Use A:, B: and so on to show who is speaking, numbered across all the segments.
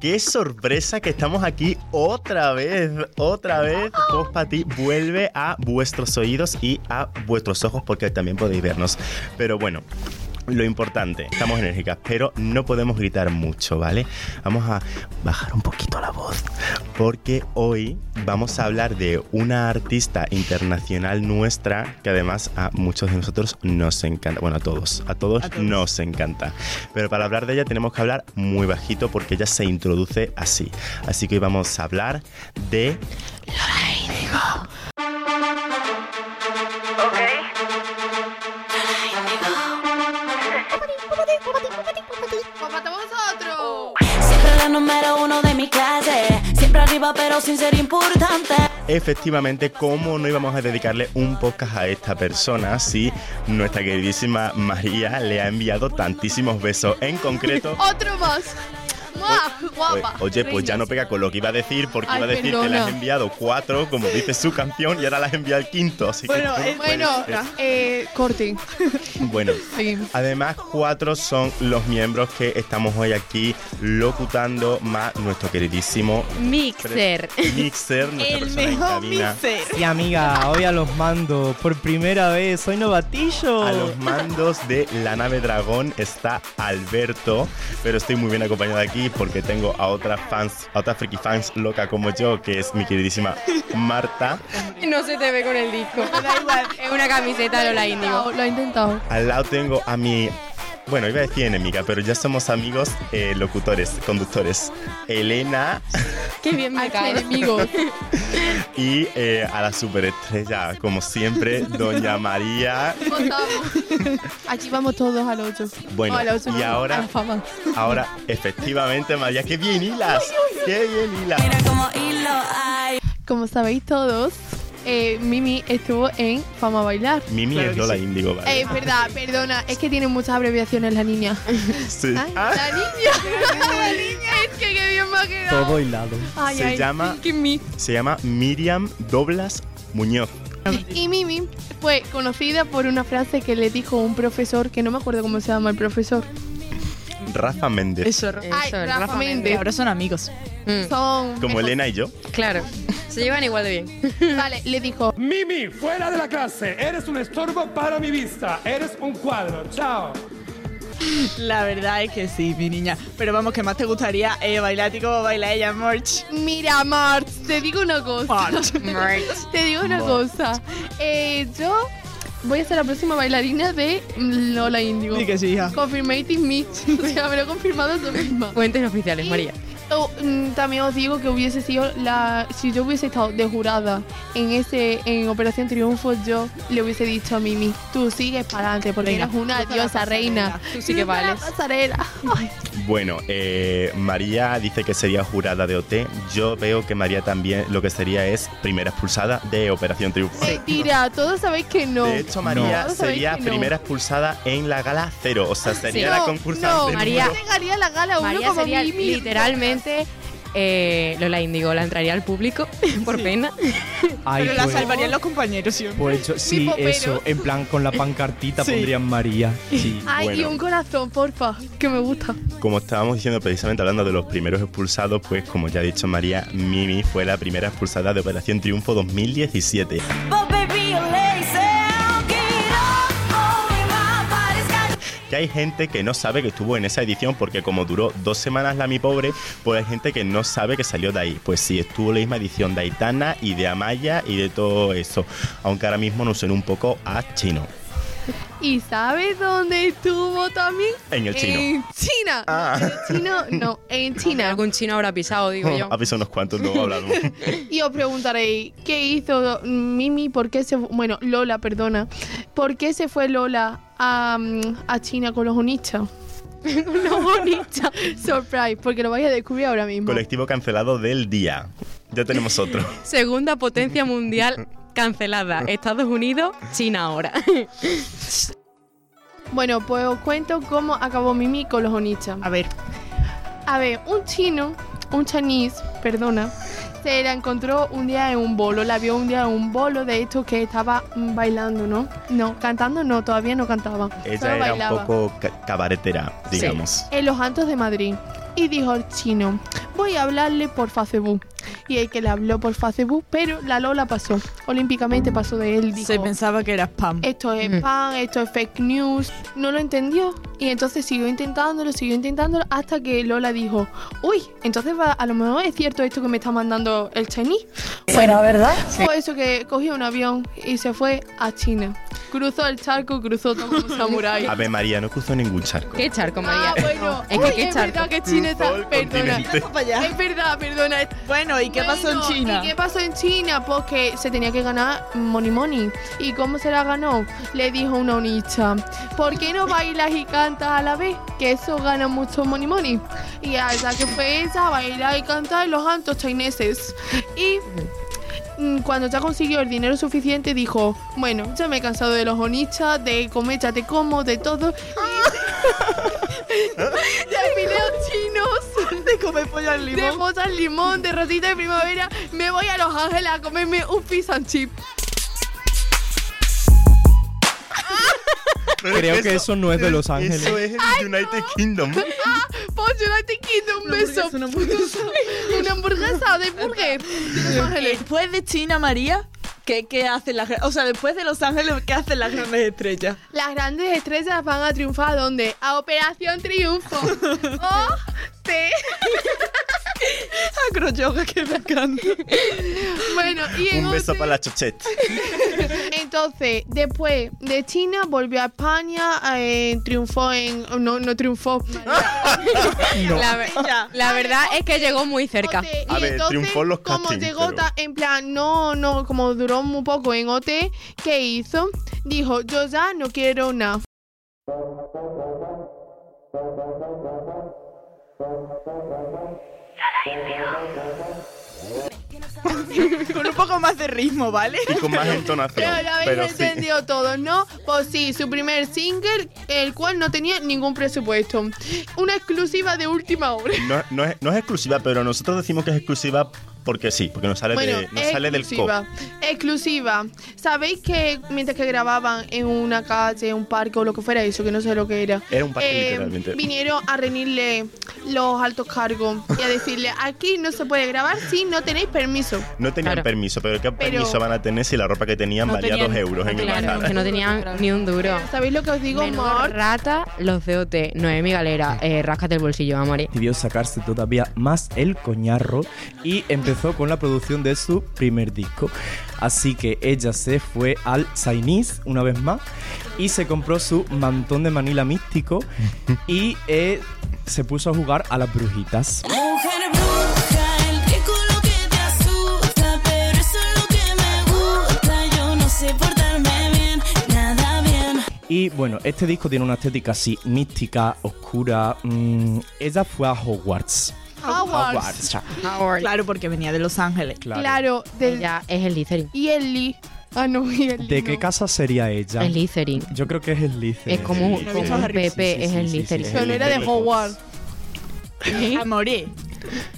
A: qué sorpresa que estamos aquí otra vez, otra vez. Voz para ti vuelve a vuestros oídos y a vuestros ojos porque también podéis vernos. Pero bueno. Lo importante, estamos enérgicas, pero no podemos gritar mucho, ¿vale? Vamos a bajar un poquito la voz, porque hoy vamos a hablar de una artista internacional nuestra que además a muchos de nosotros nos encanta, bueno, a todos, a todos,
B: A todos.
A: nos encanta. Pero para hablar de ella tenemos que hablar muy bajito porque ella se introduce así. Así que hoy vamos a hablar de
B: ¡Papá, estamos nosotros!
C: Siempre la número uno de mi clase. Siempre arriba, pero sin ser importante.
A: Efectivamente, ¿cómo no íbamos a dedicarle un podcast a esta persona si nuestra queridísima María le ha enviado tantísimos besos? En concreto.
B: ¡Otro más! ¡Mua! Oh, ¡Guapa!
A: O- Oye, pues ya no pega con lo que iba a decir, porque
B: Ay,
A: iba a decir que le
B: perdona.
A: has enviado cuatro, como dice su canción, y ahora le has enviado el quinto. Así
B: Bueno,
A: que, eh,
B: eh, bueno, eh, corte.
A: bueno.
B: Seguimos.
A: Además, cuatro son los miembros que estamos hoy aquí locutando, más nuestro queridísimo
D: Mixer.
A: Mixer, nuestra
B: El
A: persona en
B: mejor
A: cabina.
B: mixer.
E: Sí, amiga, hoy a los mando por primera vez, soy novatillo.
A: A los mandos de la nave dragón está Alberto, pero estoy muy bien acompañada aquí porque tengo a otra fans, a otra friki fans loca como yo, que es mi queridísima Marta.
D: No se te ve con el disco.
B: Da igual.
D: Es una camiseta de la Indigo.
B: Lo ha intentado.
A: Al lado tengo a mi, bueno, iba a decir enemiga, pero ya somos amigos eh, locutores, conductores. Elena
D: Qué bien me
B: Archi
D: cae.
B: enemigos.
A: y eh, a la superestrella, como siempre, Doña María.
B: Aquí vamos todos a los ocho.
A: Bueno,
B: O a los ocho,
A: y
B: no,
A: ahora-
B: A la fama.
A: Ahora, efectivamente, María, qué bien hilas, qué bien hilas.
C: Mira como hilo hay.
B: Como sabéis todos, eh, Mimi estuvo en Fama Bailar.
A: Mimi
E: Claro
A: es
E: que
A: Lola
E: sí.
A: Índigo, ¿vale?
B: Eh, verdad, perdona, es que tiene muchas abreviaciones la niña.
A: Sí.
B: Ay,
A: Ah.
B: La niña, la niña, es que qué bien me ha quedado.
E: Todo hilado.
B: Ay,
A: Se
B: ay,
A: llama-
B: que mi-
A: se llama Miriam Doblas Muñoz.
B: Y Mimi fue conocida por una frase que le dijo un profesor, que no me acuerdo cómo se llama el profesor.
A: Rafa Méndez.
B: Ay,
D: Eso,
B: Rafa
D: Rafa
B: Méndez.
D: Méndez.
F: Ahora son amigos.
D: Mm,
B: Son
A: Como Elena y yo.
D: Claro. Se llevan igual de bien.
B: Vale, le dijo,
G: Mimi, fuera de la clase. Eres un estorbo para mi vista. Eres un cuadro. Chao.
F: La verdad es que sí, mi niña. Pero vamos, que más te gustaría eh, bailar a ti como baila ella, March.
B: mira, Mart, te digo una cosa.
F: March.
B: Te digo una cosa. Eh, yo voy a ser la próxima bailarina de mm, Lola Indigo.
F: Di que sí, hija.
B: Confirmated me. O sea, me lo he confirmado yo misma.
D: Fuentes oficiales,
B: Y-
D: María.
B: Oh, mm, también os digo que hubiese sido la. Si yo hubiese estado de jurada en ese en Operación Triunfo, yo le hubiese dicho a Mimi, tú sigues para adelante porque
D: Venga,
B: eres una
F: cruza la
B: diosa reina.
F: pasarela.
D: Tú sí que
B: Cruza la
D: vales.
B: pasarela.
A: Bueno, eh, María dice que sería jurada de OT. Yo veo que María también lo que sería es primera expulsada de Operación Triunfo.
B: Mentira, todos sabéis que no.
A: De hecho, María
B: Todos sabéis
A: sería
B: que no. Ah,
A: primera expulsada en la gala cero. O sea, sería
B: No,
A: la concursante.
B: no,
A: número-
D: María.
B: Yo llegaría a la gala uno
D: María
B: como
D: sería
B: Mimi.
D: literalmente eh, Lola Indigo. La entraría al público por pena.
E: Ay,
F: Pero la
E: pues,
F: salvarían los compañeros, sí.
E: pues yo- sí,
B: popero.
E: eso, en plan con la pancartita
F: Sí.
E: pondrían María. Sí.
B: Ay, y
A: Bueno.
B: un corazón, porfa, que me gusta.
A: Como estábamos diciendo precisamente hablando de los primeros expulsados, pues como ya ha dicho María, Mimi fue la primera expulsada de Operación Triunfo 2017.
C: But baby, you lazy. Get up. Only my body's got
A: que hay gente que no sabe que estuvo en esa edición porque como duró dos semanas la Mi Pobre, pues hay gente que no sabe que salió de ahí. Pues sí, estuvo la misma edición de Aitana y de Amaya y de todo eso. Aunque ahora mismo nos suena un poco a chino.
B: ¿Y sabes dónde estuvo también?
A: En el chino.
B: En China.
A: Ah.
B: En chino, no, en China.
D: Algún chino habrá pisado, digo yo.
A: Ha pisado unos cuantos, luego hablamos.
B: Y os preguntaréis, ¿qué hizo Mimi? ¿Por qué se fu- Bueno, Lola, perdona. ¿Por qué se fue Lola a, mm, a China con los unistas? Con los unistas. Surprise, porque lo vais a descubrir ahora mismo.
A: Colectivo cancelado del día. Ya tenemos otro.
D: Segunda potencia mundial cancelada. Estados Unidos, China ahora.
B: Bueno, pues os cuento cómo acabó Mimi con los unistas.
F: A ver,
B: A ver, un chino, un chinese, perdona, se la encontró un día en un bolo, la vio un día en un bolo de estos que estaba mm, bailando, ¿no? No, cantando no, todavía no cantaba. solo
A: Ella era un
B: bailaba.
A: poco ca- cabaretera, digamos.
B: En los Antos de Madrid. Y dijo el chino, grupo y hablarle por Facebook. Y el que le habló por Facebook, pero la Lola pasó. Olímpicamente pasó de él. Dijo,
F: Se pensaba que era spam.
B: esto es spam, esto es fake news. No lo entendió. Y entonces siguió intentándolo, siguió intentándolo, hasta que Lola dijo, uy, entonces va- a lo mejor es cierto esto que me está mandando el Chinese.
C: Bueno, ¿verdad?
B: Fue eso que cogió un avión y se fue a China. Cruzó el charco, cruzó todo como un samurái.
A: A ver, María, no cruzó ningún charco.
D: Qué charco, María.
B: Ah, bueno.
D: Es que
B: Uy,
D: qué
B: es
D: charco.
B: verdad que China
A: Todo el
B: está... Perdona.
A: continente.
B: Es verdad, perdona.
F: Bueno, ¿y qué pasó en
B: Bueno,
F: China?
B: ¿Y qué pasó en China? Pues que se tenía que ganar Money Money. ¿Y cómo se la ganó? Le dijo una onista. ¿Por qué no bailas y cantas a la vez? Que eso gana mucho Money Money. Y a esa que fue esa, bailar y cantar en los altos chineses. Y mm, cuando ya consiguió el dinero suficiente, dijo: Bueno, ya me he cansado de los onistas, de comer, ya te como, de todo. Y de fileos chinos
F: De comer pollo al
B: de
F: limón.
B: mozas limón, de rosita de primavera, me voy a Los Ángeles a comerme un fish and chip.
A: Pero
E: Creo que eso no es de Los Ángeles.
A: Eso es el United Kingdom.
B: Ah, pues yo no te quito un beso.
F: hamburguesa, una hamburguesa.
B: Una hamburguesa de burger. De Los Ángeles.
F: Después de China, María, ¿qué, qué hacen las gran- O sea, después de Los Ángeles, ¿qué hacen las grandes estrellas?
B: Las grandes estrellas van a triunfar ¿dónde? A Operación Triunfo. Oh, O T.
F: Acroyoga, que me encanta.
B: Bueno, y en
A: Un beso
B: OT
A: para la chochette.
B: Entonces, después de China, volvió a España, eh, triunfó en. No, no triunfó.
A: Ah.
D: La, ver-
F: Ya.
D: la verdad es que llegó muy cerca.
B: OT.
A: A
B: y
A: ver,
B: entonces,
A: triunfó en los
B: como
A: castings,
B: llegó
A: pero-
B: ta- en plan, no, no, como duró muy poco en OT, ¿qué hizo? Dijo, yo ya no quiero nada.
F: Con un poco más de ritmo, ¿vale?
A: Y con más entonación.
B: Pero lo habéis
A: Pero sí.
B: entendido todo, ¿no? Pues sí, su primer single, el cual no tenía ningún presupuesto. Una exclusiva de última hora.
A: No, no es, no es exclusiva, pero nosotros decimos que es exclusiva porque sí, porque no sale, de, no sale del co.
B: exclusiva, exclusiva. Sabéis que mientras que grababan en una calle, un parque o lo que fuera eso, que no sé lo que era. eh,
A: Era un parque, literalmente.
B: Vinieron a reunirle los altos cargos y a decirle, aquí no se puede grabar si no tenéis permiso.
A: No tenían
D: Claro.
A: permiso, pero ¿qué permiso van a tener si la ropa que tenían
D: No
A: valía
D: tenían-
A: dos euros en
D: claro,
A: Iguazana?
D: que no tenían ni un duro.
B: ¿Sabéis lo que os digo,
D: Menudo
B: Mor?
D: rata, los de OT. Noemi Galera, eh, ráscate el bolsillo, amore.
E: Debió sacarse todavía más el coñarro y empezó con la producción de su primer disco. Así que ella se fue al Sainis una vez más y se compró su mantón de Manila místico y eh, se puso a jugar a las brujitas.
C: Mujer bruja, el rico lo que te asusta, pero eso es lo que me gusta. Yo no sé portarme bien, nada bien.
E: Y bueno, este disco tiene una estética así mística, oscura. mm, ella fue a Hogwarts.
B: Hogwarts.
E: ya,
F: Claro, porque venía de Los Ángeles.
B: Claro, del
D: Ya es el Licerin.
B: y el Lee. Ah, no, y el Lee
E: ¿De qué
B: no.
E: casa sería ella?
D: El Licerin.
E: Yo creo que es el Lice.
D: Es como, un-
A: Sí,
D: como
F: sí,
D: un
F: sí,
D: PP,
E: sí,
D: es
E: sí,
D: el
E: sí,
D: Licerin.
E: sí,
B: Pero era de Howard.
F: A morir.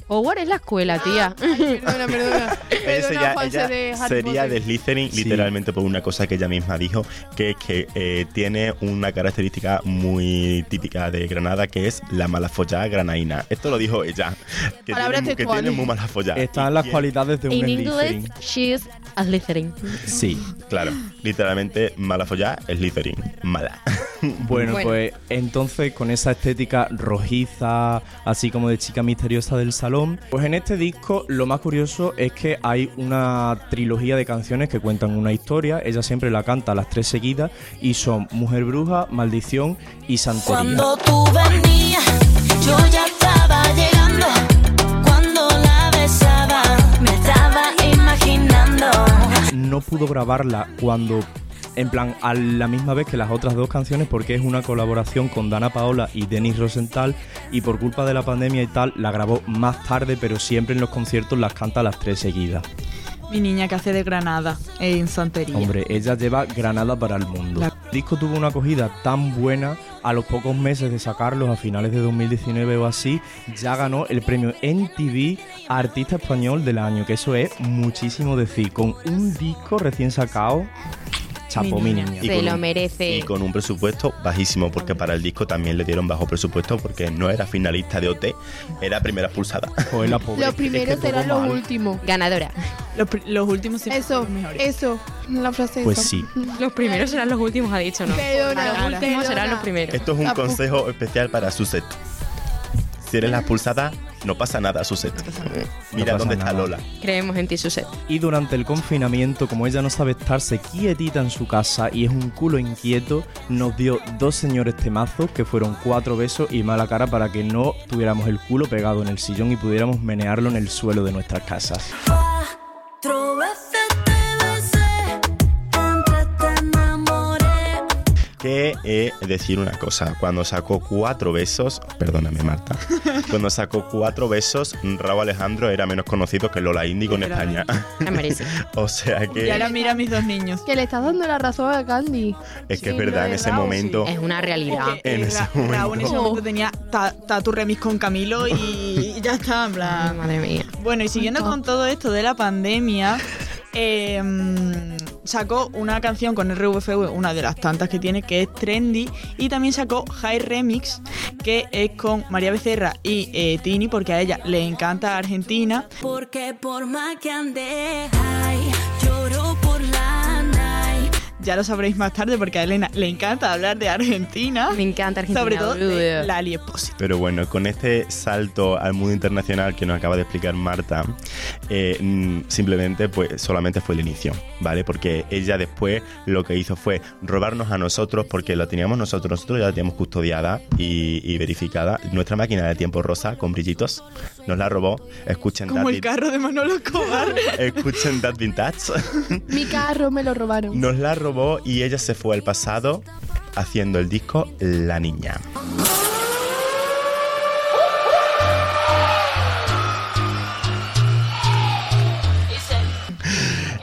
D: Howard es la escuela,
B: Ah.
D: tía.
B: Perdona, perdona.
A: Eso
B: Perdona,
A: ya-
B: Juanse,
A: ella
B: de Harry
A: sería
B: Potter.
A: de Slytherin
E: Sí.
A: literalmente por una cosa que ella misma dijo, que es que eh, tiene una característica muy típica de Granada, que es la mala follada granaína. Esto lo dijo ella, que,
B: Palabras
A: tiene, mu- que
B: textuales.
A: tiene muy mala follada.
E: Están
A: Y
E: las
A: que-
E: cualidades de un
D: En
E: Slytherin.
D: inglés, she's a Licerin.
E: Sí.
A: Claro, literalmente mala follada es Slytherin, mala.
E: Bueno,
D: Bueno.
E: pues entonces con esa estética rojiza, así como de chica misteriosa del salón, pues en este disco lo más curioso es que hay una trilogía de canciones que cuentan una historia, ella siempre la canta las tres seguidas y son Mujer Bruja, Maldición y Santería.
C: Cuando tú venías, yo ya estaba llegando. Cuando la besaba, me estaba imaginando.
E: no pudo grabarla cuando en plan a la misma vez que las otras dos canciones porque es una colaboración con Dana Paola y Denis Rosenthal y por culpa de la pandemia y tal la grabó más tarde pero siempre en los conciertos las canta las tres seguidas.
F: Mi niña que hace de Granada en Santería.
E: Hombre, ella lleva Granada para el mundo.
F: La-
E: El disco tuvo una acogida tan buena a los pocos meses de sacarlos a finales de 2019 o así, ya ganó el premio MTV a Artista Español del Año, que eso es muchísimo decir, con un disco recién sacado. Chapo, mi niña.
A: Y
D: Se
A: con
D: lo
A: un-
D: merece.
A: Y con un presupuesto bajísimo, porque para el disco también le dieron bajo presupuesto, porque no era finalista de OT, era primera expulsada.
E: Joder, la pobre.
B: Los primeros
E: Es que todo
B: serán los
E: mal.
B: últimos.
D: Ganadora.
F: Los, pri- los últimos siempre son
B: Eso,
F: los mejores.
B: eso, la frase
A: Pues
B: esa.
A: sí.
D: Los primeros serán los últimos, ha dicho, ¿no?
B: Perdona,
D: Los últimos
B: perdona.
D: serán los primeros.
A: Esto es un
B: Chapo.
A: consejo especial para Suset. Si eres la expulsada, no pasa nada, Suset. Mira
E: No pasa
A: dónde está
E: nada.
A: Lola.
D: Creemos en ti, Suset.
E: Y durante el confinamiento, como ella no sabe estarse quietita en su casa y es un culo inquieto, nos dio dos señores temazos que fueron cuatro besos y mala cara para que no tuviéramos el culo pegado en el sillón y pudiéramos menearlo en el suelo de nuestras casas.
C: Cuatro veces te besé, entre te enamoré.
A: Que he de decir una cosa, cuando sacó cuatro besos, perdóname Marta, cuando sacó cuatro besos, Raúl Alejandro era menos conocido que Lola Índigo en España.
D: La merece.
A: O sea
F: Ya
A: que
F: la mira a mis dos niños.
B: Que le estás dando la razón a Candy.
A: es que
B: Sí,
A: es verdad, en
B: de
A: ese
B: Raúl,
A: momento
D: Es una realidad.
A: En ese
F: Ra-
A: momento. Oh.
F: Raúl en ese momento tenía ta- Tatu Remis con Camilo y, y ya está, en
D: Ay,
F: plan.
D: Ah, Madre mía.
F: Bueno, y siguiendo con todo esto de la pandemia, eh, mm, sacó una canción con RVFW, una de las tantas que tiene, que es Trendy, y también sacó High Remix, que es con María Becerra y eh, Tini, porque a ella le encanta Argentina.
C: Porque por más que andé, ay, lloro por la night.
F: Ya lo sabréis más tarde, porque a Elena le encanta hablar de Argentina,
D: Ah, Me encanta Argentina.
F: sobre todo de
D: boludo.
F: Lali Espósito.
A: Pero bueno, con este salto al mundo internacional que nos acaba de explicar Marta, eh, mm, simplemente pues solamente fue el inicio, ¿vale? Porque ella después lo que hizo fue robarnos a nosotros, porque la teníamos nosotros, nosotros ya la teníamos custodiada y, y verificada. Nuestra máquina de tiempo rosa con brillitos nos la robó. Escuchen
F: Como
A: That
F: el
A: Vin-
F: carro de Manolo Escobar.
A: Escuchen That Vintage.
B: Mi carro me lo robaron.
A: Nos la robó y ella se fue al pasado haciendo el disco La Niña.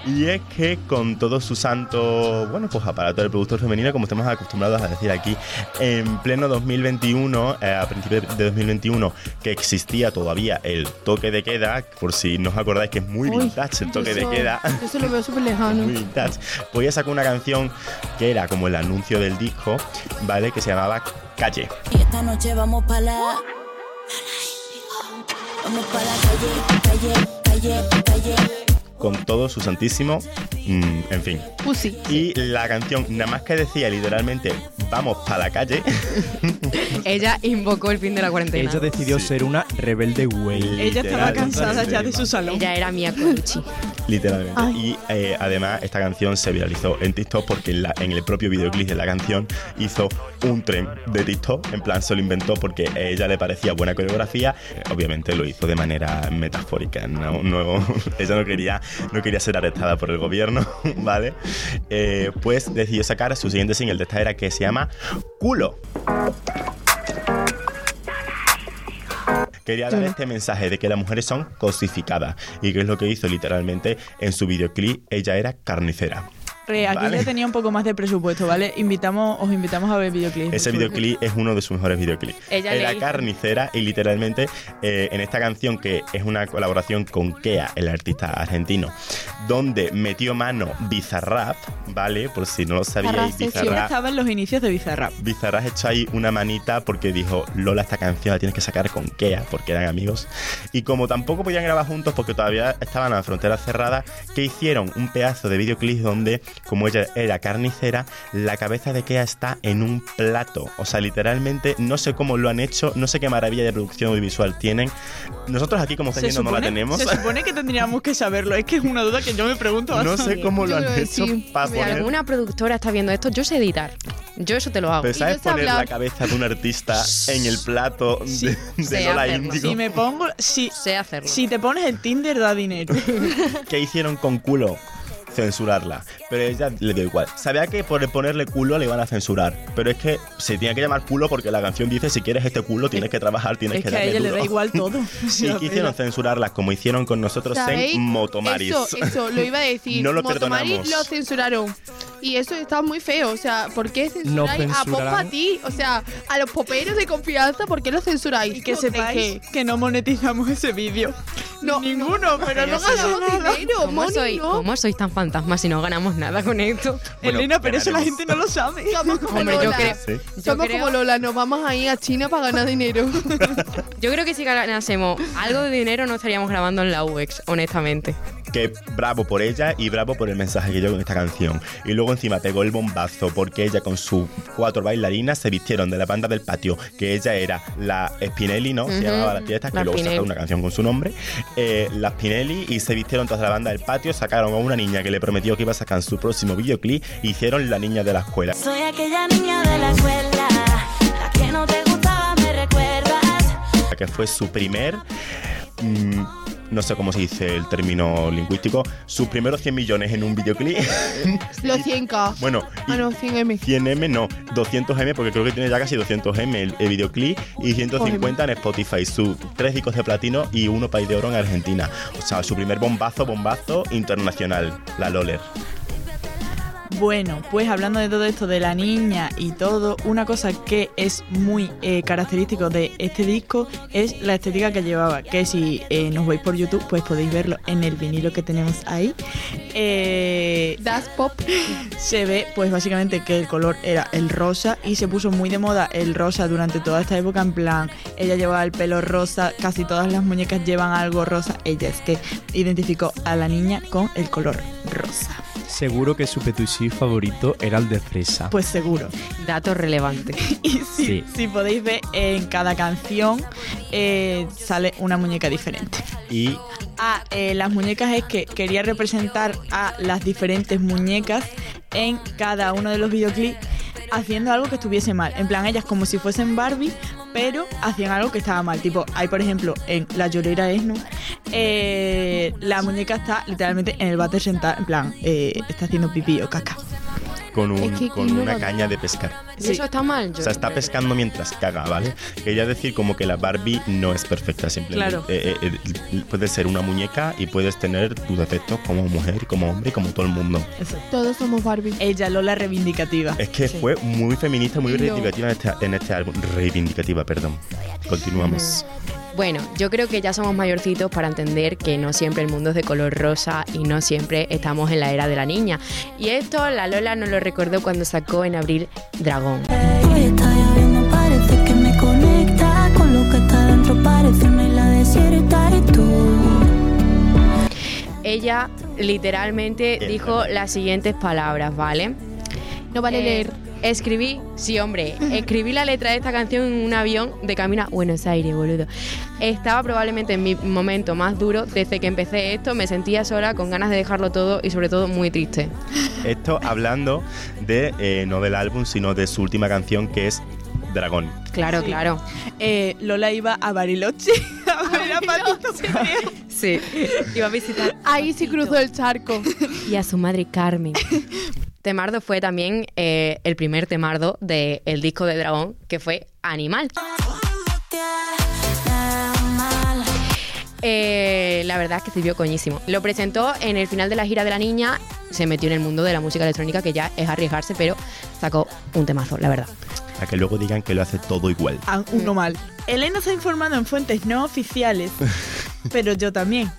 A: Y es que con todos sus santos, bueno, pues aparato del productor femenino, como estamos acostumbrados a decir aquí, en pleno 2021, eh, a principios de 2021, que existía todavía el toque de queda, por si no os acordáis que es muy Ah,
B: Uy,
A: vintage el toque de
B: eso-
A: queda.
B: Yo se lo veo súper lejano.
A: Muy vintage. Pues ella sacó una canción que era como el anuncio del disco, ¿vale? Que se llamaba Calle.
C: Y esta noche vamos para la. Vamos para la calle, calle, calle, calle.
A: Con todo su santísimo. mm, en fin.
B: Pussy.
A: Y la canción, nada más que decía literalmente, vamos para la calle.
D: Ella invocó el fin de la cuarentena.
E: Ella decidió
A: Sí.
E: ser una rebelde güey.
F: Ella estaba
A: Literal,
F: cansada ya de su salón.
D: Ella era Mia Colucci.
A: Literalmente.
B: Ay.
A: Y eh, además esta canción se viralizó en TikTok porque en, la- en el propio videoclip de la canción hizo un tren de TikTok. En plan, se lo inventó porque a ella le parecía buena coreografía. Eh, Obviamente lo hizo de manera metafórica. No, no, ella no quería, no quería ser arrestada por el gobierno, ¿vale? Eh, pues decidió sacar su siguiente single de esta era que se llama Culo. Quería dar este mensaje de que las mujeres son cosificadas y que es lo que hizo literalmente en su videoclip. Ella era carnicera.
F: Re, aquí
A: Vale.
F: ya tenía un poco más de presupuesto, ¿vale? Invitamos, os invitamos a ver videoclips.
A: Ese videoclip es uno de sus mejores videoclips.
D: Ella le
A: Era
D: hizo-
A: carnicera y literalmente eh, en esta canción que es una colaboración con Kea, el artista argentino, donde metió mano Bizarrap, ¿vale? Por si no lo sabíais,
B: Bizarrap, sí, sí,
F: Yo
A: Bizarrap.
F: estaba en los inicios de Bizarrap.
A: Bizarrap echó ahí una manita porque dijo, Lola, esta canción la tienes que sacar con Kea, porque eran amigos. Y como tampoco podían grabar juntos porque todavía estaban a la frontera cerrada, que hicieron un pedazo de videoclip donde, como ella era carnicera, la cabeza de Kea está en un plato. O sea, literalmente, no sé cómo lo han hecho, no sé qué maravilla de producción audiovisual tienen. Nosotros aquí, como está
F: Se
A: yendo, no la
F: supone,
A: tenemos.
F: se supone que tendríamos que saberlo. Es que es una duda que yo me pregunto
A: No
F: bastante.
A: sé cómo lo
B: Yo
A: han
B: creo que
A: hecho
B: sí.
A: para
D: Si
A: poner...
D: alguna productora está viendo esto, yo sé editar. Yo eso te lo hago.
A: Pero sabes
B: yo sé
A: poner la
B: hablar.
A: cabeza de un artista en el plato de, de
D: sé
A: Lola
D: hacerlo.
A: Índigo.
F: Si me pongo. Si,
D: Sé hacerlo.
F: si te pones el Tinder, da dinero.
A: ¿Qué hicieron con culo? Censurarla. Pero ella le dio igual. Sabía que por ponerle culo le iban a censurar. Pero es que se tenía que llamar culo porque la canción dice: si quieres este culo, tienes que trabajar, tienes
F: es
A: que
F: que a
A: darle
F: ella le
A: duro".
F: da igual todo. O sea,
A: Y quisieron censurarlas como hicieron con nosotros
B: ¿Sabéis?
A: en Motomaris.
B: Eso, eso, lo iba a decir.
A: No lo
B: Motomaris
A: perdonamos.
B: lo censuraron. Y eso está muy feo. O sea, ¿por qué censuráis a Pop
E: censurarán.
B: Patí? O sea, a los poperos de confianza, ¿por qué los censuráis?
F: Y que
B: ¿No crees
F: sepáis que... no monetizamos ese vídeo.
B: No,
F: ninguno, pero no
B: no ganamos
F: ganamos nada.
B: dinero,
D: ¿Cómo
B: Moni,
D: sois,
B: no.
D: cómo sois tan fantasmas si no ganamos nada con esto?
A: Bueno,
F: Elena, pero eso la
A: ganaremos.
F: gente no lo sabe.
B: Somos como
D: Hombre, yo
B: Lola.
D: creo-
A: Sí.
D: Yo
B: Somos
D: creo-
B: como Lola, nos vamos a ir a China para ganar dinero.
D: Yo creo que si ganásemos algo de dinero no estaríamos grabando en la UX, honestamente.
A: que bravo por ella y bravo por el mensaje que dio con esta canción. Y luego encima pegó el bombazo porque ella con sus cuatro bailarinas se vistieron de la banda del patio, que ella era la Spinelli, ¿no? Se
D: Ujú,
A: llamaba la fiesta, que
D: la
A: luego sacaron
D: Spinelli.
A: una canción con su nombre. Eh, la Spinelli y se vistieron todas de la banda del patio, sacaron a una niña que le prometió que iba a sacar su próximo videoclip, e hicieron la niña de la escuela.
C: Soy aquella niña de la escuela, la que no te gustaba, me recuerdas.
A: que fue su primer. mm, no sé cómo se dice el término lingüístico, sus primeros 100 millones en un videoclip.
B: Los 100k.
A: bueno, y-
B: Ah, no, 100m.
A: 100M no, 200M porque creo que tiene ya casi 200M el, el videoclip y 150 en Spotify, sus tres discos de platino y uno país de oro en Argentina. O sea, su primer bombazo, bombazo internacional, la Loler.
F: Bueno, pues hablando de todo esto de la niña y todo, una cosa que es muy eh, característico de este disco es la estética que llevaba, que si eh, nos veis por YouTube, pues podéis verlo en el vinilo que tenemos ahí. Eh,
B: Das Pop.
F: se ve pues básicamente que el color era el rosa y se puso muy de moda el rosa durante toda esta época en plan ella llevaba el pelo rosa casi todas las muñecas llevan algo rosa ella es que identificó a la niña con el color rosa
E: Seguro que su petuchí favorito era el de fresa.
F: pues seguro
D: Datos relevantes.
F: y si,
E: Sí.
F: si podéis ver en cada canción eh, sale una muñeca diferente
A: Y
F: Ah, eh, las muñecas es que quería representar a las diferentes muñecas en cada uno de los videoclips haciendo algo que estuviese mal. En plan, ellas como si fuesen Barbie, pero hacían algo que estaba mal. Tipo, hay por ejemplo en La Llorera es, ¿no? Eh, la muñeca está literalmente en el váter sentada, en plan, eh, está haciendo pipí o caca.
A: con, un-
B: Es que
A: con
B: aquí no
A: una
B: lo-
A: caña de pescar.
D: ¿Y
F: Sí.
D: eso está mal? Yo
A: O sea, está
D: creo.
A: pescando mientras caga, ¿vale? Quería decir como que la Barbie no es perfecta, simplemente.
F: Claro.
A: Eh, eh, eh, puedes ser una muñeca y puedes tener tus defectos como mujer, como hombre y como todo el mundo.
B: Todos somos Barbie.
F: Ella, Lola reivindicativa.
A: Es que fue muy feminista, muy
B: No.
A: reivindicativa en este, en este álbum. Reivindicativa, perdón. Continuamos.
D: Bueno, yo creo que ya somos mayorcitos para entender que no siempre el mundo es de color rosa y no siempre estamos en la era de la niña. Y esto la Lola nos lo recordó cuando sacó en abril Dragón.
C: Hoy está lloviendo, parece que me conecta con lo que está dentro, parece una isla desierta y tú.
D: Ella literalmente
A: Bien,
D: dijo las siguientes palabras, ¿vale?
B: No vale
D: Eh,
B: leer.
D: Escribí, sí, hombre, escribí la letra de esta canción en un avión de camino a Buenos Aires, boludo. Estaba probablemente en mi momento más duro desde que empecé esto, me sentía sola, con ganas de dejarlo todo y sobre todo muy triste.
A: Esto hablando de, eh, no del álbum, sino de su última canción que es Dragón.
D: Claro, claro.
F: Eh, Lola iba a Bariloche a ver a Patito Feo.
D: Sí. Iba a visitar
B: Ahí sí cruzó el charco.
D: y a su madre Carmen. Temardo fue también eh, el primer temardo del disco de Dragón, que fue Animal. Eh, la verdad es que sirvió coñísimo. Lo presentó en el final de la gira de la niña, se metió en el mundo de la música electrónica, que ya es arriesgarse, pero sacó un temazo, la verdad.
A: Para que luego digan que lo hace todo igual.
F: Ah, uno mal. Elena se ha informado en fuentes no oficiales, pero yo también.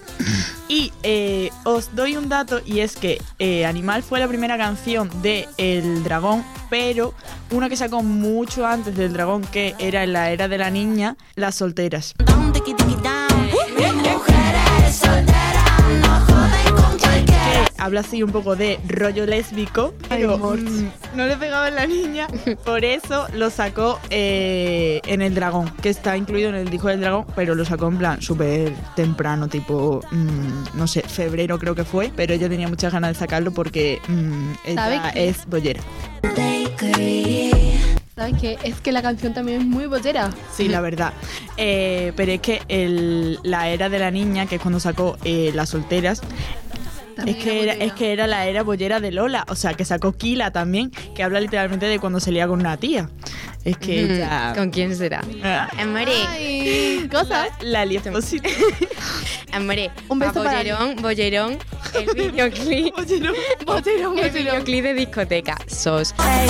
F: Y eh, os doy un dato y es que eh, Animal fue la primera canción de El Dragón, pero una que sacó mucho antes del Dragón, que era en la era de la niña, Las Solteras.
C: Down, tiki, tiki, down. Mis mujeres solteras no joden con cualquiera.
F: que habla así un poco de rollo lésbico, pero mm, no le pegaba en la niña, por eso lo sacó eh, en el dragón, que está incluido en el disco del dragón, pero lo sacó en plan súper temprano, tipo, mm, no sé, febrero creo que fue, pero ella tenía muchas ganas de sacarlo porque mm,
B: ¿Sabe
F: ella
B: qué?
F: es bollera.
C: Bakery.
B: ¿Sabes qué? Es que la canción también es muy bollera.
F: Sí, la verdad. Eh, pero es que el- la era de la niña, que es cuando sacó eh, Las Solteras, Es
B: También
F: que, era,
B: bollera.
F: es que era la era bollera de Lola, o sea, que sacó Kila también, que habla literalmente de cuando se lía con una tía. Es que
D: Mm,
F: ella-
D: ¿Con quién será?
F: Ah,
D: Amore,
B: Ay, cosas.
F: La Lali Espósito.
D: amore.
B: Un beso
D: Pa'
B: para
D: Bollerón, Bollerón, el videoclip.
B: Botero,
D: El
B: botero.
D: videoclip de discoteca, SOS.
C: Ey,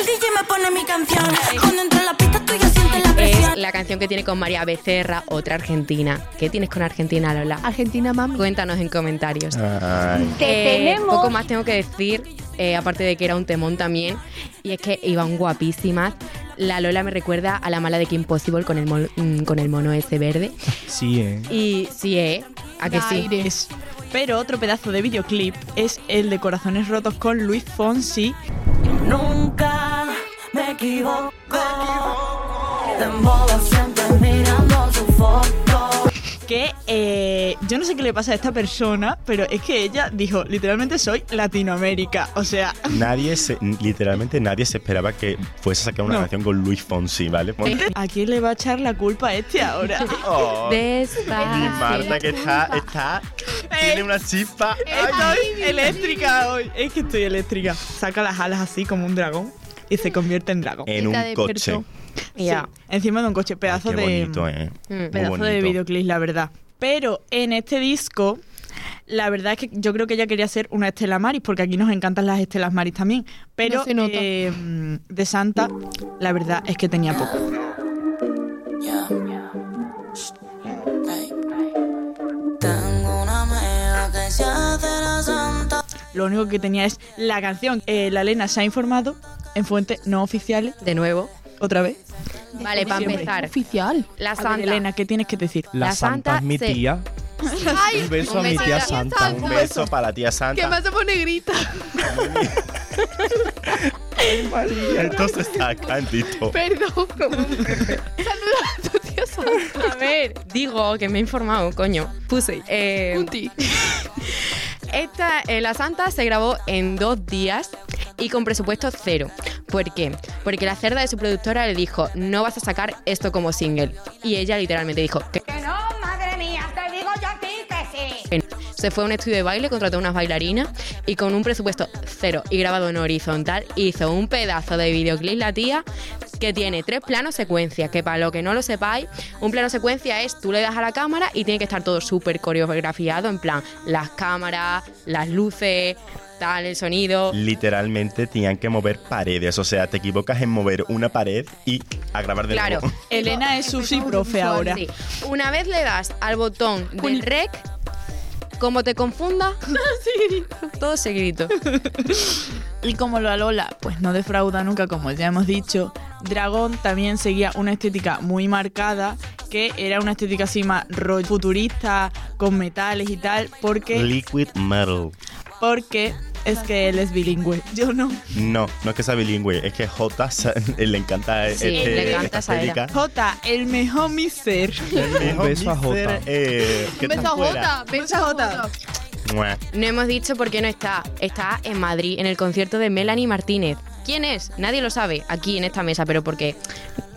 C: el DJ me pone mi canción. Cuando entro en la pista, tú ya sientes la
D: Es
C: presión.
D: la canción que tiene con María Becerra, otra argentina. ¿Qué tienes con Argentina, Lola?
B: Argentina, mami.
D: Cuéntanos en comentarios.
A: Ay.
H: Te
D: Eh,
H: tenemos.
D: Poco más tengo que decir, eh, aparte de que era un temón también, y es que iban guapísimas. La Lola me recuerda a la mala de Kim Possible con el, mon- mm, con el mono ese verde.
E: Sí, eh.
D: Y sí, ¿eh? ¿A que sí?
B: Aires.
F: Pero otro pedazo de videoclip es el de Corazones Rotos con Luis Fonsi.
C: Nunca me equivoco. Dembow siempre mirando su foto.
F: Que eh, yo no sé qué le pasa a esta persona, pero es que ella dijo, literalmente soy Latinoamérica. O sea,
A: Nadie se, literalmente nadie se esperaba que fuese a sacar una
F: No.
A: canción con Luis Fonsi, ¿vale? Pon-
F: ¿a quién le va a echar la culpa este ahora?
A: Oh, y
D: Despacio.
A: Marta que está, está, tiene una chispa. Ay,
F: Estoy eléctrica hoy. Es que estoy eléctrica. Saca las alas así como un dragón y se convierte en dragón.
A: en un
B: Está despertó.
A: coche.
D: Ya.
F: Sí, encima de un coche,
A: Ay,
F: pedazo
A: qué
F: de.
A: bonito, ¿eh?
D: Mm.
A: Muy
F: pedazo de
A: bonito.
F: videoclip, la verdad. Pero en este disco, la verdad es que yo creo que ella quería ser una Estela Maris, porque aquí nos encantan las Estelas Maris también. Pero
B: No se nota.
F: eh, de Santa, la verdad es que tenía poco.
C: Yeah. Ey. Tengo una amiga que se hace la santa.
F: Lo único que tenía es la canción. Eh, la Elena se ha informado en fuentes no oficiales,
D: De nuevo.
F: otra vez.
D: Vale, para empezar.
B: Oficial.
D: La
F: A ver,
D: Santa.
F: Elena, ¿qué tienes que decir?
E: La,
D: La
E: Santa,
D: Santa
E: es mi
D: se-
E: tía.
B: Ay,
E: Un beso a
D: un
E: mi
D: beso a
E: tía
D: la tía
E: Santa.
A: Un beso para la tía
B: que me
A: Santa.
B: hace poner grita.
A: Entonces está cantito.
B: Perdón. Saluda a tu tío Santa.
D: A ver, digo que me he informado, coño. Puse. eh,
B: Punti.
D: Esta, eh, la Santa se grabó en dos días y con presupuesto cero. ¿Por qué? Porque la cerda de su productora le dijo, no vas a sacar esto como single. Y ella literalmente dijo, que
H: Que no, madre mía, te digo yo a ti que sí.
D: que no. Se fue a un estudio de baile, contrató unas bailarinas y con un presupuesto cero y grabado en horizontal hizo un pedazo de videoclip la tía que tiene tres planos secuencias, que para lo que no lo sepáis, un plano secuencia es tú le das a la cámara y tiene que estar todo súper coreografiado, en plan las cámaras, las luces, tal, el sonido.
A: Literalmente tenían que mover paredes. O sea, te equivocas en mover una pared y a grabar de
D: Claro.
A: nuevo.
F: Elena es sushi profe ahora.
D: Sí. Una vez le das al botón del
B: Cul-
D: rec, como te confundas, todo seguidito.
F: Y como la Lola, pues no defrauda nunca, como ya hemos dicho, Dragón también seguía una estética muy marcada, que era una estética así más rollo futurista, con metales y tal, porque,
A: Liquid metal.
F: porque es que él es bilingüe. Yo no.
A: No, no es que sea bilingüe, es que J sa- le encanta
D: Sí,
A: este-
D: le encanta
A: esta
D: esa
A: estética.
F: J, el mejor miser.
A: Dijo,
E: Un beso a
A: "Mister,
E: Jota.
A: eh, ¿qué
B: Un
A: tal
B: beso a
A: fuera?".
B: Jota. Beso a Jota.
A: Mua.
D: No hemos dicho por qué no está. Está en Madrid, en el concierto de Melanie Martínez. ¿Quién es? Nadie lo sabe aquí en esta mesa, pero porque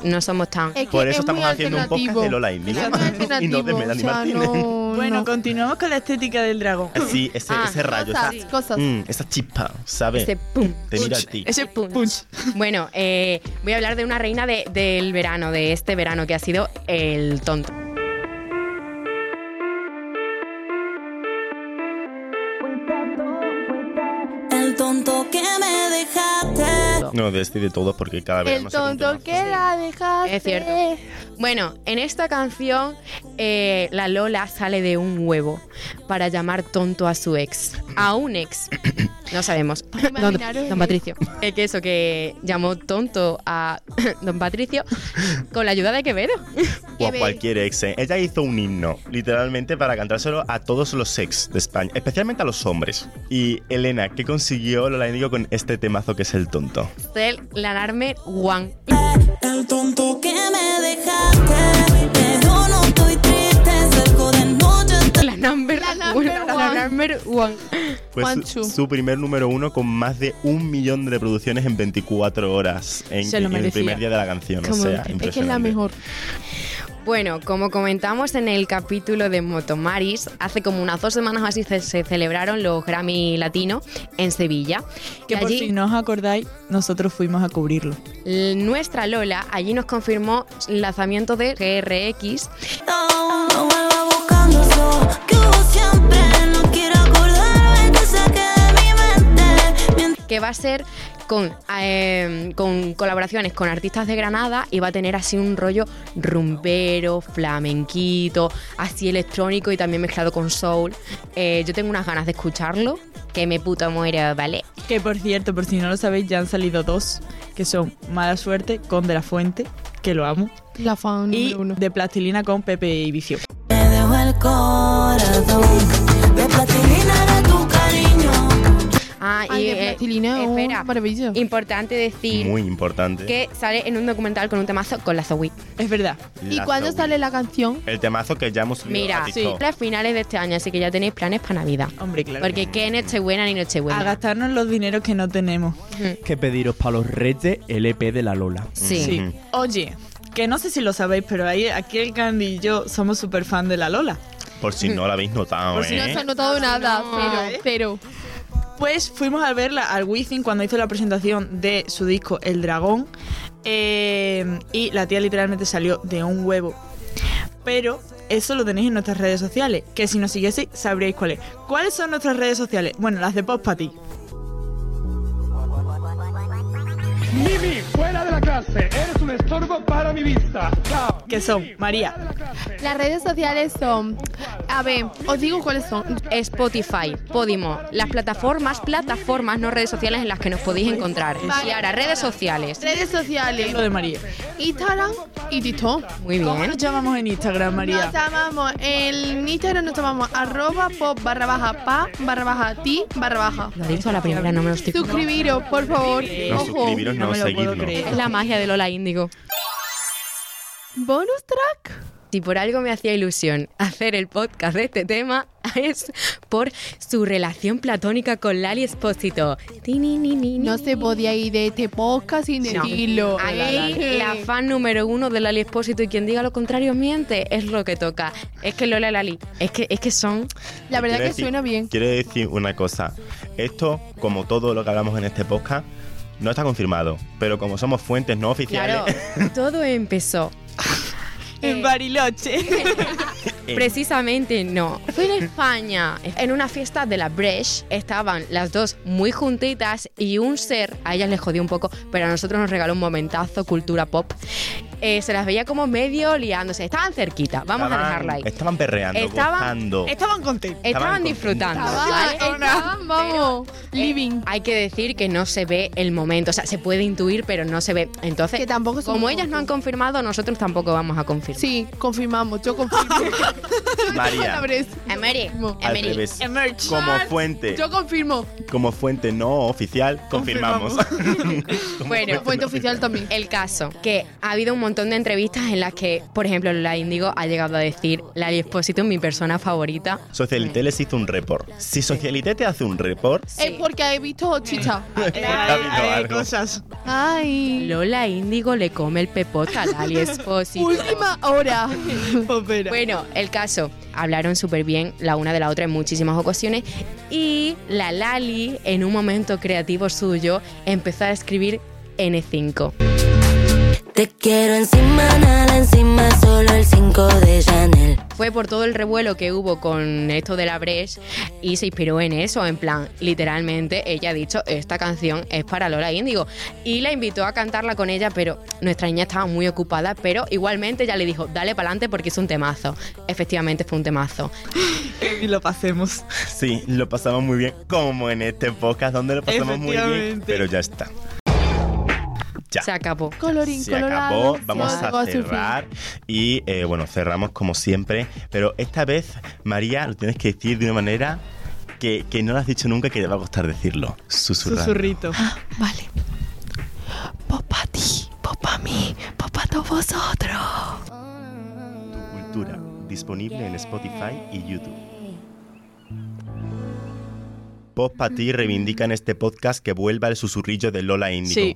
D: no somos tan.
B: Es que
A: Por
B: es
A: eso estamos
B: muy
A: haciendo un podcast
B: alternativo.
A: de Lola y Miguel.
B: Es muy
A: y no
B: alternativo,
A: de Melanie
B: o sea,
A: Martínez.
B: no-
F: Bueno,
B: no.
F: continuamos con la estética del dragón.
A: Sí, ese,
D: Ah,
A: ese rayo, esa,
B: Cosas, cosas.
A: mm, esa chispa, ¿sabes?
B: Este
D: Ese pum.
A: Te mira a ti.
F: Ese punch.
D: Bueno, eh, voy a hablar de una reina de- del verano, de este verano, que ha sido el tonto.
C: El tonto que me dejaste.
A: No, de este y de todos, porque cada vez
B: El tonto que la dejaste.
D: Es cierto. Bueno, en esta canción eh, la Lola sale de un huevo para llamar tonto a su ex, a un ex. No sabemos. Don,
B: Imaginaros
D: don Patricio. Eh, que eso que llamó tonto a Don Patricio con la ayuda de Quevedo.
A: O a
B: que-
A: cualquier ex. ¿eh? Ella hizo un himno, literalmente, para cantárselo a todos los ex de España, especialmente a los hombres. Y Elena, ¿qué consiguió Lola Indigo con este temazo que es el tonto?
D: Del Lanarme Juan.
C: El tonto que me dejaste. Pero no estoy triste. Cerco de noche.
D: La number,
B: La number
D: one. La
B: one.
D: number one.
A: Fue su,
B: Juanchu.
A: su primer número uno con más de un millón de reproducciones en 24 horas en,
F: Se lo
A: en el
F: merecía.
A: primer día de la canción. O
B: Como-
A: sea,
B: es que es la
A: impresionante.
B: mejor.
D: Bueno, como comentamos en el capítulo de Motomaris, hace como unas dos semanas o así se, se celebraron los Grammy Latino en Sevilla.
F: Que
D: Y
F: por si no os acordáis, nosotros fuimos a cubrirlo.
D: L- Nuestra Lola allí nos confirmó el lanzamiento de GRX.
C: No, no vuelva buscando eso que hubo siempre. No quiero acordar.
D: que va a ser con, eh, con colaboraciones con artistas de Granada y va a tener así un rollo rumbero, flamenquito, así electrónico y también mezclado con soul. Eh, yo tengo unas ganas de escucharlo, que me puta muero, ¿vale?
F: Que por cierto, por si no lo sabéis, ya han salido dos, que son Mala Suerte con De La Fuente, que lo amo,
B: La fan
F: y
B: número uno.
F: De Plastilina con Pepe y Vicio.
C: Me dejo el corazón de platilina de tu cariño.
D: Ah,
B: Ay,
D: y
B: de
D: eh,
B: Plastilina, oh,
D: espera,
B: maravilla.
D: importante decir
A: Muy importante.
D: que sale en un documental con un temazo con la Zoe.
F: Es verdad.
B: ¿Y
A: La
B: cuándo
A: Zoe.
B: sale la canción?
A: El temazo que ya hemos subido
D: Mira,
A: a
D: sí,
A: TikTok.
D: las finales de este año, así que ya tenéis planes para Navidad.
F: Hombre, claro.
D: Porque qué Nochebuena ni Nochebuena.
F: a gastarnos los dineros que no tenemos.
E: Que pediros para los reyes el EP de la Lola.
D: Sí.
F: Sí. Oye, que no sé si lo sabéis, pero ahí, aquí el Candy y yo somos súper fan de la Lola.
A: Por si no lo habéis notado,
B: Por si no
A: ¿eh?
B: se ha notado nada,
F: ¿eh?
B: pero, pero.
F: Pues fuimos a verla al Wizzing cuando hizo la presentación de su disco El Dragón. eh, y la tía literalmente salió de un huevo. Pero eso lo tenéis en nuestras redes sociales, que si nos siguieseis sabríais cuáles. ¿Cuáles son nuestras redes sociales? Bueno, las de Post Party.
G: Mimi, fuera de la clase. Eres un estorbo para mi vista. Chao.
F: que son María,
B: Las redes sociales son. A ver, os digo cuáles son.
D: Spotify, Podimo, las plataformas, plataformas, no redes sociales en las que nos podéis encontrar. Y ahora, redes sociales.
B: Redes sociales:
F: lo de María.
B: Instagram y TikTok.
D: Muy
F: ¿Cómo
D: bien.
F: nos llamamos en Instagram, María?
B: Nos llamamos, en Instagram nos llamamos arroba pop barra baja pa barra baja ti barra baja.
D: Lo he dicho a la primera, no me lo estoy
B: Suscribiros, por favor.
A: No,
B: Ojo.
A: suscribiros,
F: no
A: no,
F: me lo puedo
A: seguidnos.
F: creer.
D: Es la magia de Lola Índigo.
B: Bonus track.
D: Si por algo me hacía ilusión hacer el podcast de este tema, es por su relación platónica con Lali Espósito.
B: No se podía ir de este podcast sin
D: No.
B: decirlo.
D: Aquí
B: ¿eh?
D: la fan número uno de Lali Espósito y quien diga lo contrario miente, es lo que toca. Es que Lola y Lali, es que, es que son.
B: La verdad
A: Quiero
B: que
A: decir-
B: suena bien.
A: Quiero decir una cosa. Esto, como todo lo que hablamos en este podcast, no está confirmado. Pero como somos fuentes no oficiales,
D: Claro, todo empezó.
F: En Bariloche.
D: Precisamente no. Fue en España. En una fiesta de la Breche estaban las dos muy juntitas y un ser, a ellas les jodió un poco, pero a nosotros nos regaló un momentazo cultura pop. Eh, se las veía como medio liándose. Estaban cerquita, vamos a
A: estaban-
D: dejarla ahí.
A: Estaban perreando,
D: Estaban-
A: gozando.
F: Estaban contentos.
D: Estaban
A: estaban
D: disfrutando.
B: Estaban,
D: ¿vale?
B: estaban, Ah, vamos, living.
D: Hay que decir que no se ve el momento, o sea, se puede intuir, pero no se ve. Entonces,
B: Que tampoco es un
D: como ellas no han
B: momento.
D: confirmado, nosotros tampoco vamos a confirmar.
B: Sí, confirmamos, yo confirmo.
A: María,
D: Emery,
A: al
D: Emery.
A: revés.
F: Emerge.
A: Como fuente,
B: Yo confirmo.
A: como fuente no oficial, confirmamos. Como
D: Bueno,
A: fuente
B: Fuente
A: no
B: oficial también.
D: El caso, que ha habido un montón de entrevistas en las que, por ejemplo, la Índigo ha llegado a decir, Lali Espósito es mi persona favorita.
A: Socialité les hizo un report. Si Socialité te hace un report,
B: Es porque he visto chicha.
F: Hay,
A: ha habido
F: hay
A: algo.
F: cosas.
B: Ay.
D: Lola Índigo le come el pepote a Lali Espósito.
B: Última hora.
F: Popera.
D: Bueno, el caso. Hablaron súper bien la una de la otra en muchísimas ocasiones y la Lali, en un momento creativo suyo, empezó a escribir N5.
C: Te quiero encima, nada encima, solo el 5 de Chanel.
D: Fue por todo el revuelo que hubo con esto de la Breche y se inspiró en eso, en plan, literalmente ella ha dicho, esta canción es para Lola Índigo y la invitó a cantarla con ella, pero nuestra niña estaba muy ocupada, pero igualmente ella le dijo, dale para adelante porque es un temazo. Efectivamente fue un temazo.
F: Y lo pasemos.
A: sí, lo pasamos muy bien. Como en este podcast, donde lo pasamos muy bien.
F: Efectivamente.
A: Pero ya está. Ya.
D: Se acabó.
B: Colorín
A: Se
B: colorado.
A: acabó, vamos
B: se
A: a
B: llegó su fin.
A: cerrar y eh, bueno, cerramos como siempre, pero esta vez, María, lo tienes que decir de una manera que, que no lo has dicho nunca que te va a costar decirlo. Susurrando.
F: Susurrito.
B: Vale. Popa ti, popa mí, popa todos vosotros.
A: Tu cultura, disponible en Spotify y YouTube. Post para ti reivindica en este podcast que vuelva el susurrillo de Lola Índigo.
F: Sí.